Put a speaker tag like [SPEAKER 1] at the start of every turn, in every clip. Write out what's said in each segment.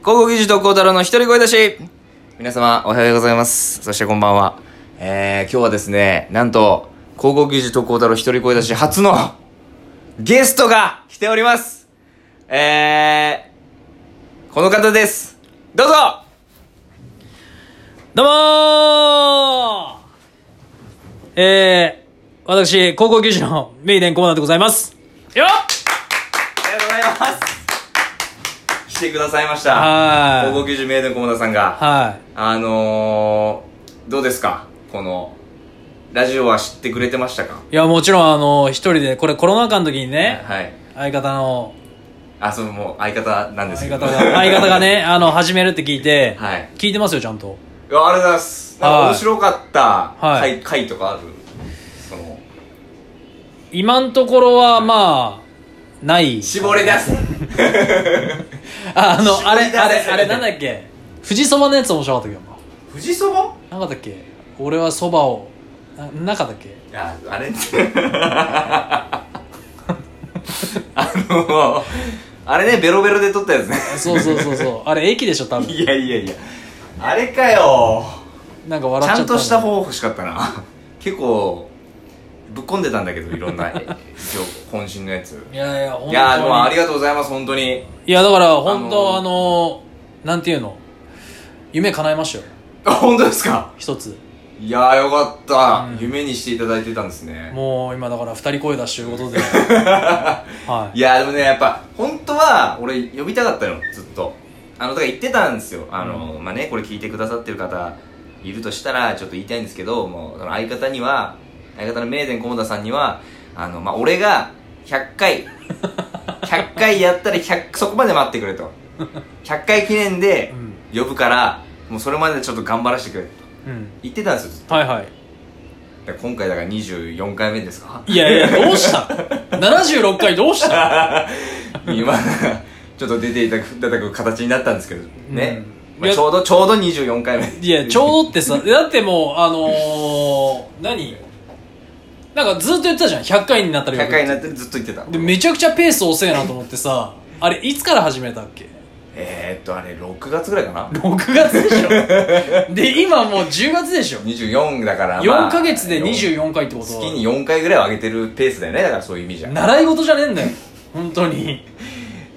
[SPEAKER 1] 広告技術と孝太郎の一人声出し皆様おはようございますそしてこんばんはえー、今日はですねなんと広告技術と孝太郎一人声出し初のゲストが来ておりますえー、この方ですどうぞ
[SPEAKER 2] どうもーえー、私、高校球児のメイデンコーナーでございます。よっ
[SPEAKER 1] ありがとうございます来てくださいました
[SPEAKER 2] はい
[SPEAKER 1] 広告技術名電駒田さんが
[SPEAKER 2] は
[SPEAKER 1] あのー、どうですかこのラジオは知ってくれてましたか
[SPEAKER 2] い。いや、もちろん、あの、一人で、これコロナ禍の時にね、
[SPEAKER 1] はい
[SPEAKER 2] 相方の、
[SPEAKER 1] あそうもう相方なんですけ
[SPEAKER 2] 相
[SPEAKER 1] ど
[SPEAKER 2] 方 が、相方がね、あの、始めるって聞いて、
[SPEAKER 1] はい
[SPEAKER 2] 聞いてますよ、ちゃんと。
[SPEAKER 1] いやありがとうございますなんか
[SPEAKER 2] はい
[SPEAKER 1] 面白かった
[SPEAKER 2] は
[SPEAKER 1] 回,、
[SPEAKER 2] い
[SPEAKER 1] 回とかあるその
[SPEAKER 2] 今のところは、まあ、ない。
[SPEAKER 1] 絞れ出 す
[SPEAKER 2] あ、あの、あれ、
[SPEAKER 1] 絞り出せ
[SPEAKER 2] あれ、あれ、なんだっけ富士そばのやつ面白かったけどな。
[SPEAKER 1] 富士そば
[SPEAKER 2] なかったっけ俺はそばを、ななかったっけ
[SPEAKER 1] いやあれ あのあれねベロベロで撮ったや つね
[SPEAKER 2] そうそうそ うそう。あれ、駅でしょ、多分。
[SPEAKER 1] いやいやいやあれかよ
[SPEAKER 2] なんか笑っ
[SPEAKER 1] ち
[SPEAKER 2] ちゃ
[SPEAKER 1] ゃん
[SPEAKER 2] ったんだ
[SPEAKER 1] とした方欲しかったな結構ぶっ込んでたんだけどいろん なえ今日渾身のやつ
[SPEAKER 2] いやいや、本当
[SPEAKER 1] いやーでもあり
[SPEAKER 2] が
[SPEAKER 1] がとうございます本当に
[SPEAKER 2] いや、だから、本当
[SPEAKER 1] あ
[SPEAKER 2] あのー、なんていうの夢叶えましたよ。
[SPEAKER 1] あ本当ですか
[SPEAKER 2] 一つ。
[SPEAKER 1] いやーよかった、
[SPEAKER 2] うん
[SPEAKER 1] 夢にしていただいてたんですね
[SPEAKER 2] もう、今だから、二人声出しというこ とで。はい。
[SPEAKER 1] いやーでもねやっぱ本当は俺呼びたかったのずっとあのだから言ってたんですよあの、まあねこれ聞いてくださってる方いるとしたらちょっと言いたいんですけどもうその相方には相方の名電菰田さんにはあの、まあ、俺が100回100回やったら100そこまで待ってくれと100回記念で呼ぶから、もうそれまでちょっと頑張らせてくれと
[SPEAKER 2] うん。
[SPEAKER 1] 言ってたんですよずっと
[SPEAKER 2] はいはい。
[SPEAKER 1] だから今回だから24回目ですか
[SPEAKER 2] いやい や、どうした ?76 回どうした
[SPEAKER 1] 今ちょっと出ていただくいただく形になったんですけどね、
[SPEAKER 2] うん
[SPEAKER 1] まあ
[SPEAKER 2] いや
[SPEAKER 1] ちょうどちょうど24回目
[SPEAKER 2] いや、ちょうどってさ、だってもう、あのー、何なんかずっと言ってたじゃん。100回になったら。
[SPEAKER 1] 100回になっててずっと言ってた
[SPEAKER 2] で、めちゃくちゃペース遅えなと思ってさ、あれ、いつから始めたっけ
[SPEAKER 1] えー、っとあれ6月ぐらいかな
[SPEAKER 2] 6月でし ょで今もう10月でしょ
[SPEAKER 1] 24だから、まあ、
[SPEAKER 2] 4ヶ月で
[SPEAKER 1] 四
[SPEAKER 2] 24回ってことは
[SPEAKER 1] 月に4回ぐらいは上げてるペースだよねだからそういう意味じゃ
[SPEAKER 2] 習い事じゃねえんだよ本当に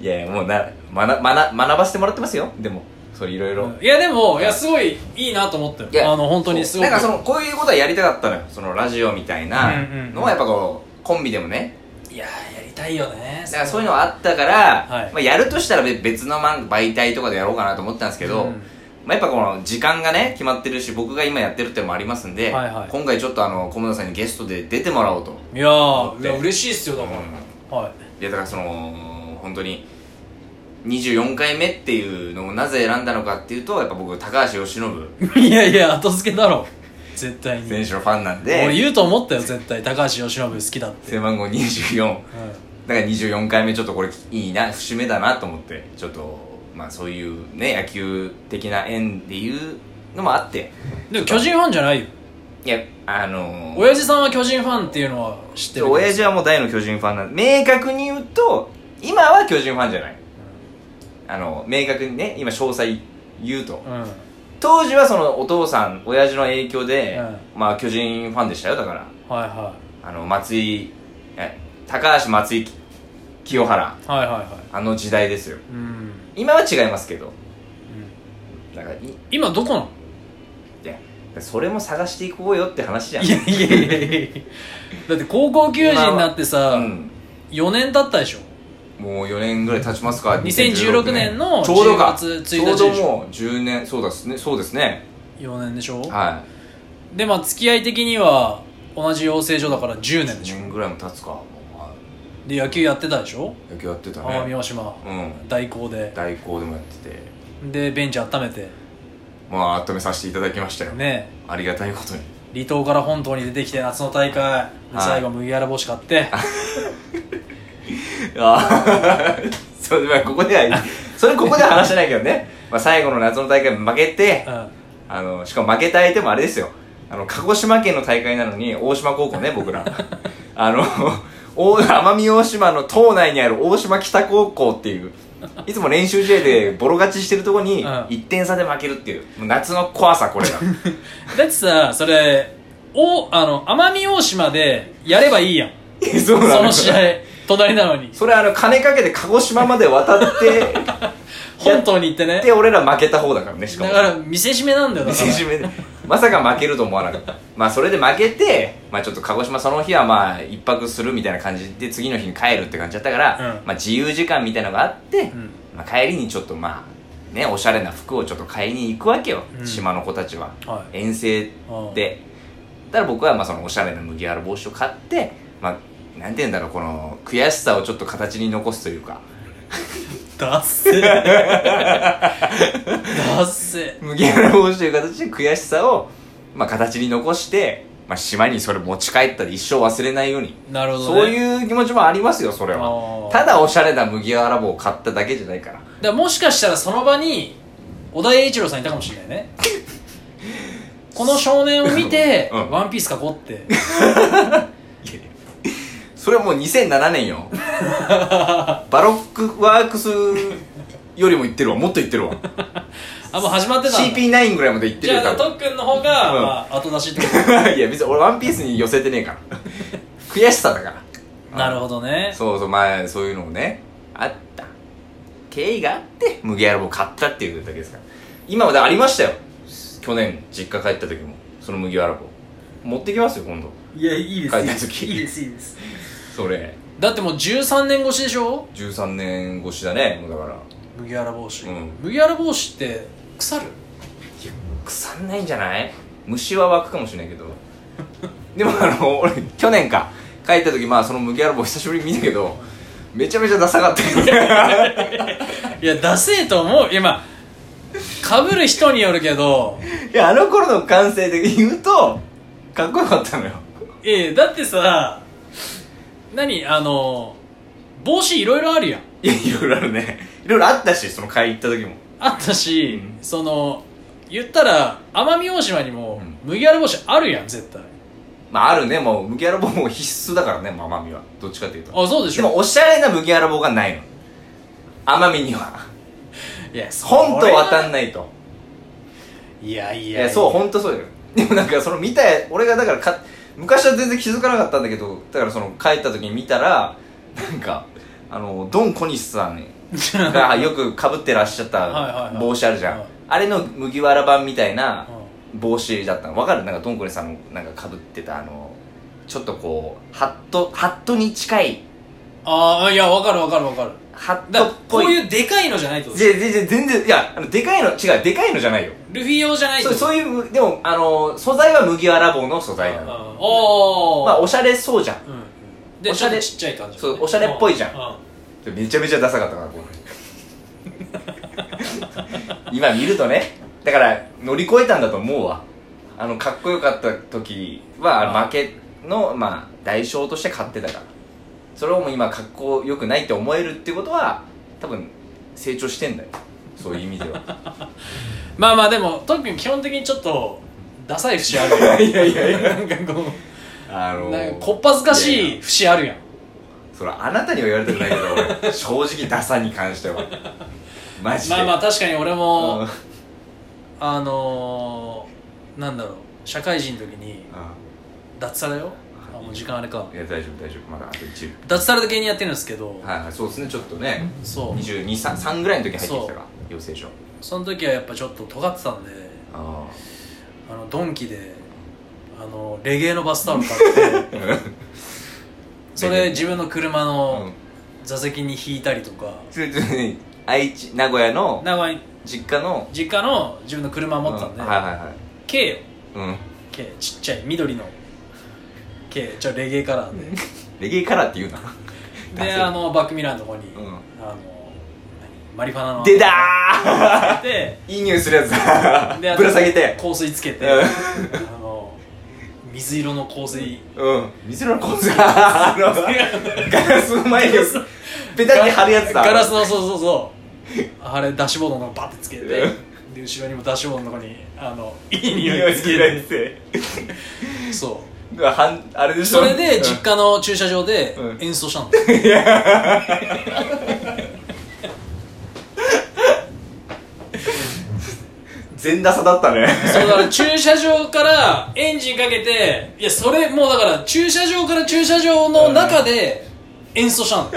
[SPEAKER 1] いやいやもうな学学学ばせてもらってますよでもそれいろいろ、
[SPEAKER 2] いやでもいやすごいいいなと思ったよ
[SPEAKER 1] いや
[SPEAKER 2] あの本当にすご
[SPEAKER 1] そ
[SPEAKER 2] く
[SPEAKER 1] うなんかそのこういうことはやりたかったのよそのラジオみたいな
[SPEAKER 2] うんうんうん
[SPEAKER 1] のはやっぱこうコンビでもね
[SPEAKER 2] いやーやりたいよね
[SPEAKER 1] だからそういうのはあったから、
[SPEAKER 2] はい
[SPEAKER 1] まあ、やるとしたらべ別のまん媒体とかでやろうかなと思ったんですけど、
[SPEAKER 2] うん
[SPEAKER 1] まあ、やっぱこの時間がね決まってるし僕が今やってるってのもありますんで、
[SPEAKER 2] はいはい
[SPEAKER 1] 今回ちょっとあの小田さんにゲストで出てもらおうと、
[SPEAKER 2] いや
[SPEAKER 1] 思っ
[SPEAKER 2] ー
[SPEAKER 1] て
[SPEAKER 2] いや嬉しいっすよだから、はい
[SPEAKER 1] いやだからその本当に24回目っていうのをなぜ選んだのかっていうとやっぱ僕高橋由伸
[SPEAKER 2] いやいや後付けだろ絶対に
[SPEAKER 1] 選手のファンなん
[SPEAKER 2] 俺
[SPEAKER 1] で
[SPEAKER 2] 言うと思ったよ絶対高橋由伸好きだって、
[SPEAKER 1] 背番号24
[SPEAKER 2] う
[SPEAKER 1] だから24回目ちょっとこれいいな節目だなと思ってちょっとまあそういうね野球的な縁っていうのもあって
[SPEAKER 2] ん、でも巨人ファンじゃないよ
[SPEAKER 1] いやあのー、
[SPEAKER 2] 親父さんは巨人ファンっていうのは知ってるけど
[SPEAKER 1] 親父はもう大の巨人ファンなんで明確に言うと今は巨人ファンじゃないあの明確にね今詳細言うと、
[SPEAKER 2] うん
[SPEAKER 1] 当時はそのお父さん親父の影響で、
[SPEAKER 2] う
[SPEAKER 1] まあ巨人ファンでしたよだから
[SPEAKER 2] はいは
[SPEAKER 1] あの松井え高橋松井清原
[SPEAKER 2] いはいはいは
[SPEAKER 1] あの時代ですよ
[SPEAKER 2] いうん
[SPEAKER 1] 今は違いますけど
[SPEAKER 2] うん
[SPEAKER 1] だからいい
[SPEAKER 2] 今どこなの
[SPEAKER 1] やそれも探していこうよって話じゃん
[SPEAKER 2] いやいやいやいや だって高校球児になってさ、
[SPEAKER 1] うん
[SPEAKER 2] 4年経ったでしょ
[SPEAKER 1] もう4年ぐらい経ちますか
[SPEAKER 2] 2016年の
[SPEAKER 1] ちょうどか
[SPEAKER 2] 10月
[SPEAKER 1] ち
[SPEAKER 2] 1
[SPEAKER 1] ょ
[SPEAKER 2] 日で
[SPEAKER 1] う
[SPEAKER 2] しょ
[SPEAKER 1] どもう10年そうですねそうですね
[SPEAKER 2] 4年でしょ、
[SPEAKER 1] は
[SPEAKER 2] でまあ付き合い的には同じ養成所だから10
[SPEAKER 1] い
[SPEAKER 2] 年でし
[SPEAKER 1] 10
[SPEAKER 2] ょ
[SPEAKER 1] 年ぐらいも経つかもうは
[SPEAKER 2] で野球やってたでしょ
[SPEAKER 1] い野球やってた
[SPEAKER 2] 奄美
[SPEAKER 1] ね
[SPEAKER 2] 大島
[SPEAKER 1] うん
[SPEAKER 2] 代行で
[SPEAKER 1] 代行でもやってて
[SPEAKER 2] でベンチ温めて
[SPEAKER 1] まあ温めさせていただきましたよ
[SPEAKER 2] ね
[SPEAKER 1] ありがたいことに
[SPEAKER 2] 離島から本島に出てきて夏の大会で
[SPEAKER 1] はい
[SPEAKER 2] 最後麦わら帽子買って
[SPEAKER 1] ああ それまあここではそれここでは話してないけどね、まあ、最後の夏の大会負けて
[SPEAKER 2] うん
[SPEAKER 1] あのしかも負けた相手もあれですよあの鹿児島県の大会なのに大島高校ね僕 らあの大奄美大島の島内にある大島北高校っていういつも練習試合でボロ勝ちしてるとこに
[SPEAKER 2] うん
[SPEAKER 1] 1点差で負けるっていうもう夏の怖さこ れが
[SPEAKER 2] だってさそれおあの奄美大島でやればいいやん
[SPEAKER 1] えそうな
[SPEAKER 2] その試合隣なのに
[SPEAKER 1] それあの金かけて鹿児島まで渡って
[SPEAKER 2] 本島に行ってね
[SPEAKER 1] で俺ら負けた方だからねしか
[SPEAKER 2] だ
[SPEAKER 1] も
[SPEAKER 2] から見せしめなんだよだ
[SPEAKER 1] 見
[SPEAKER 2] か
[SPEAKER 1] せ
[SPEAKER 2] ら
[SPEAKER 1] しめでまさか負けると思わなかったまあそれで負けて、まあ、ちょっと鹿児島その日はまあ一泊するみたいな感じで次の日に帰るって感じだったから、
[SPEAKER 2] うん
[SPEAKER 1] まあ、自由時間みたいなのがあって、
[SPEAKER 2] ん
[SPEAKER 1] まあ、帰りにちょっとまあねおしゃれな服をちょっと買いに行くわけよ、
[SPEAKER 2] うん
[SPEAKER 1] 島の子たちは、
[SPEAKER 2] はい
[SPEAKER 1] 遠征でだから僕はまあそのおしゃれな麦わら帽子を買ってまあなんて言うんだろうこの悔しさをちょっと形に残すというか
[SPEAKER 2] ダッセーダッセ
[SPEAKER 1] 麦わら帽子という形で悔しさを、まあ、形に残して、まあ、島にそれ持ち帰ったり一生忘れないように、
[SPEAKER 2] ーなるほど、ね、
[SPEAKER 1] そういう気持ちもありますよそれ
[SPEAKER 2] あ
[SPEAKER 1] は
[SPEAKER 2] ー
[SPEAKER 1] ただおしゃれな麦わら帽を買っただけじゃないから
[SPEAKER 2] だからもしかしたらその場に小田栄一郎さんいたかもしれないねこの少年を見て、
[SPEAKER 1] うん
[SPEAKER 2] ワンピース書こうって
[SPEAKER 1] それはもう2007年 よバロックワークスよりも言ってるわもっと言ってる わ
[SPEAKER 2] あもう始まってたんだ
[SPEAKER 1] CP9 ぐらいまで言って
[SPEAKER 2] じ
[SPEAKER 1] るよ
[SPEAKER 2] ゃあ
[SPEAKER 1] 多
[SPEAKER 2] とっくんの方が、
[SPEAKER 1] うん
[SPEAKER 2] まあ、後出しってこ
[SPEAKER 1] 分いや別に俺ワンピースに寄せてねえから悔しさだから
[SPEAKER 2] となるほどね
[SPEAKER 1] そうそうまあそういうのもねあった経緯があって麦わら帽を買ったっていうだけですから今までありましたよ去年実家帰った時もその麦わら帽持ってきますよ今度
[SPEAKER 2] いやいい
[SPEAKER 1] です帰った時いいです
[SPEAKER 2] いいです
[SPEAKER 1] それ
[SPEAKER 2] だってもう13年越しでしょ
[SPEAKER 1] 13年越しだねもうだから
[SPEAKER 2] 麦わら帽子、
[SPEAKER 1] うん
[SPEAKER 2] 麦わら帽子って腐る
[SPEAKER 1] 腐んないんじゃない虫は湧くかもしれないけど でもあの俺去年か帰った時まあその麦わら帽久しぶりに見たけどめちゃめちゃダサかったけどね
[SPEAKER 2] いやダセえと思ういやまあかぶる人によるけど
[SPEAKER 1] いやあの頃の感性で言うとかっこよかったのよ
[SPEAKER 2] ええだってさ何あの帽子いろいろあるやん
[SPEAKER 1] いや、いろいろあるね。いろいろあったし、その買い行った時も。
[SPEAKER 2] あったし、
[SPEAKER 1] うん
[SPEAKER 2] その言ったら奄美大島にも
[SPEAKER 1] うん
[SPEAKER 2] 麦わら帽子あるやん絶対
[SPEAKER 1] まあ、あるね、もう、麦わら帽も必須だからね、もう奄美は。どっちかっていうと。
[SPEAKER 2] あそうでし
[SPEAKER 1] で
[SPEAKER 2] ょ
[SPEAKER 1] も、おしゃれな麦わら帽がないの。奄美には。
[SPEAKER 2] いやそれは
[SPEAKER 1] 本と渡んないと。
[SPEAKER 2] いやい
[SPEAKER 1] い
[SPEAKER 2] や
[SPEAKER 1] や、そう、本当そうだよ。でもなんか、その見た、俺がだからか、昔は全然気づかなかったんだけど、だからその、帰った時に見たら、なんか、あの、ドン・コニスさ んがよく被ってらっしゃっ
[SPEAKER 2] はいはいは
[SPEAKER 1] た
[SPEAKER 2] い
[SPEAKER 1] 帽子あるじゃ
[SPEAKER 2] はい
[SPEAKER 1] ん。あれの麦わら版みたいな、
[SPEAKER 2] う
[SPEAKER 1] 帽子だったのわかるなんかどんこりさんのなんかかぶってたあのちょっとこうハットハットに近い
[SPEAKER 2] んああいやわかるわかるわかる
[SPEAKER 1] ハッ
[SPEAKER 2] だ
[SPEAKER 1] トっ
[SPEAKER 2] からこ
[SPEAKER 1] ぽ
[SPEAKER 2] う
[SPEAKER 1] い
[SPEAKER 2] いうでかいのじゃないと
[SPEAKER 1] じゃじゃじゃ全然いやあのでかいの違うでかいのじゃないよ
[SPEAKER 2] ルフィ用じゃないと
[SPEAKER 1] そうそういうでもあの素材は麦わら帽の素材な
[SPEAKER 2] あ
[SPEAKER 1] の
[SPEAKER 2] あおー
[SPEAKER 1] まあおしゃれそうじゃん
[SPEAKER 2] うんで
[SPEAKER 1] おしゃれ
[SPEAKER 2] ちょっとちっちゃい感じ
[SPEAKER 1] そうおしゃれっぽいじゃん
[SPEAKER 2] うう
[SPEAKER 1] めちゃめちゃダサかったからこれ今見るとねだから乗り越えたんだと思うわあのかっこよかった時は
[SPEAKER 2] あ
[SPEAKER 1] 負けの、まあ、代償として買ってたからそれをもう今かっこよくないって思えるってことは多分成長してんだよそういう意味では
[SPEAKER 2] まあまあでも特に基本的にちょっとダサい節あるやん
[SPEAKER 1] いやいやいや
[SPEAKER 2] なんかこ
[SPEAKER 1] あ
[SPEAKER 2] う
[SPEAKER 1] の
[SPEAKER 2] なん
[SPEAKER 1] ー、
[SPEAKER 2] かこっぱずか
[SPEAKER 1] いや
[SPEAKER 2] し
[SPEAKER 1] い
[SPEAKER 2] い節あるやん
[SPEAKER 1] やそれあなたには言われたくないけど 俺正直ダサに関してはマジで
[SPEAKER 2] まあまあ確かに俺も、
[SPEAKER 1] うん
[SPEAKER 2] あのー、なんだろう社会人の時に脱サラよあもう時間あれか
[SPEAKER 1] うんいや大丈夫大丈夫まだあと1
[SPEAKER 2] 脱サラだけにやってるんですけど、
[SPEAKER 1] はいはいそうですねちょっとね
[SPEAKER 2] そう
[SPEAKER 1] 223ぐらいの時に入ってきたから養成所
[SPEAKER 2] その時はやっぱちょっと尖ってたんで
[SPEAKER 1] あ
[SPEAKER 2] あのドンキであのレゲエのバスタオル買ってそれ自分の車
[SPEAKER 1] あ
[SPEAKER 2] の座席に引いたりとか、
[SPEAKER 1] それで愛知名古屋の
[SPEAKER 2] 名古屋に
[SPEAKER 1] 実家の
[SPEAKER 2] 実家の自分の車持ってたんで、
[SPEAKER 1] うんはいはいはい
[SPEAKER 2] K よ
[SPEAKER 1] うん
[SPEAKER 2] K ちっちゃい緑の K ちょレゲエカラーで
[SPEAKER 1] レゲエカラーって言うな出
[SPEAKER 2] で
[SPEAKER 1] せる
[SPEAKER 2] あのバックミラーのとこに、
[SPEAKER 1] うん
[SPEAKER 2] あの何マリファナの
[SPEAKER 1] 出た
[SPEAKER 2] で
[SPEAKER 1] ー いい匂いするやつだ
[SPEAKER 2] であと
[SPEAKER 1] ぶら下げて
[SPEAKER 2] 香水つけて、
[SPEAKER 1] うん
[SPEAKER 2] あの水色の香水
[SPEAKER 1] うん水色の コンセプトあのガラスの前にペタって貼るやつだ
[SPEAKER 2] ガラスのそうそうそうあれダッシュボードのバッてつけて、
[SPEAKER 1] う
[SPEAKER 2] で後ろにもダッシュボードのとこにあのいい
[SPEAKER 1] いい
[SPEAKER 2] 匂
[SPEAKER 1] 匂
[SPEAKER 2] い
[SPEAKER 1] い
[SPEAKER 2] つ
[SPEAKER 1] つ
[SPEAKER 2] け
[SPEAKER 1] け
[SPEAKER 2] て
[SPEAKER 1] て
[SPEAKER 2] そう
[SPEAKER 1] はん あれでしょ
[SPEAKER 2] それで実家の駐車場で
[SPEAKER 1] うん
[SPEAKER 2] 演奏したの、
[SPEAKER 1] 前打差だ ったね
[SPEAKER 2] そうだから駐車場からエンジンかけていやそれもうだから駐車場から駐車場の中で演奏したの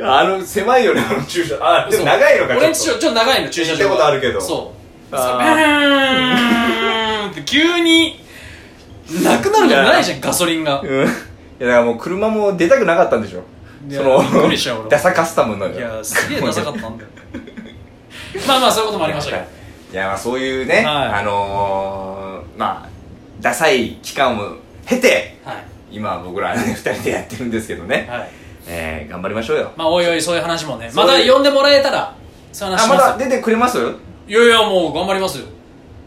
[SPEAKER 1] あの狭いよねあの駐車あでも長いのか
[SPEAKER 2] 俺んち
[SPEAKER 1] ち
[SPEAKER 2] ち
[SPEAKER 1] ょっ
[SPEAKER 2] ょちょっと長いの駐車場
[SPEAKER 1] 聞いたことあるけど
[SPEAKER 2] そう
[SPEAKER 1] あ
[SPEAKER 2] バーンって急になくなるじゃないじゃんガソリンが
[SPEAKER 1] とうんいやだからもう車も出たくなかったんでしょ
[SPEAKER 2] いや
[SPEAKER 1] その
[SPEAKER 2] びっくりした俺
[SPEAKER 1] ダサカスタムになる
[SPEAKER 2] いやすげえダサかったんだよ まあまあそういうこともありましたけど
[SPEAKER 1] いやまあそういうね、
[SPEAKER 2] はい
[SPEAKER 1] あのー、まあダサい期間を経て
[SPEAKER 2] はい
[SPEAKER 1] 今僕ら2人でやってるんですけどね、
[SPEAKER 2] はい
[SPEAKER 1] えー、頑張りましょうよ
[SPEAKER 2] まあおいおいそういう話もね
[SPEAKER 1] そ
[SPEAKER 2] ま
[SPEAKER 1] う
[SPEAKER 2] た
[SPEAKER 1] いう
[SPEAKER 2] 呼んでもらえたらそういう話
[SPEAKER 1] あ
[SPEAKER 2] し
[SPEAKER 1] ま
[SPEAKER 2] ます
[SPEAKER 1] だ
[SPEAKER 2] よ
[SPEAKER 1] 出てくれます
[SPEAKER 2] いやいやもう頑張りますよ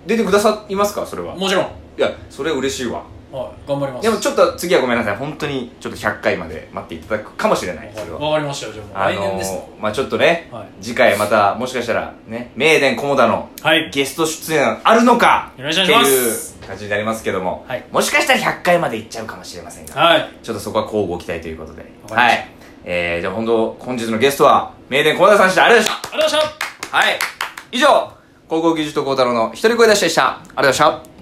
[SPEAKER 1] 出てくださいますかそれは
[SPEAKER 2] もちろん
[SPEAKER 1] いやそれ嬉しいわ
[SPEAKER 2] はい頑張ります
[SPEAKER 1] でもちょっと次はごめんなさい本当にちょっと100回まで待っていただくかもしれないそれは
[SPEAKER 2] わかりましたよじゃあ
[SPEAKER 1] あ
[SPEAKER 2] もう来年
[SPEAKER 1] の
[SPEAKER 2] ですね
[SPEAKER 1] ー、まあちょっとね、
[SPEAKER 2] はい
[SPEAKER 1] 次回またもしかしたらね名電菰田の
[SPEAKER 2] はい
[SPEAKER 1] ゲスト出演あるのか
[SPEAKER 2] よろしくお願いし
[SPEAKER 1] っ
[SPEAKER 2] ます
[SPEAKER 1] ていう感じになりますけども、
[SPEAKER 2] はい
[SPEAKER 1] もしかしたら100回までいっちゃうかもしれませんが
[SPEAKER 2] はい
[SPEAKER 1] ちょっとそこは交互期待ということで
[SPEAKER 2] わかりました
[SPEAKER 1] はいえー、じゃあ本当本日のゲストは名電菰田さんでしたありがとうございました
[SPEAKER 2] ありがとうございました
[SPEAKER 1] はい。以上、高校技術と高太郎の一人声出しでした。ありがとうございました。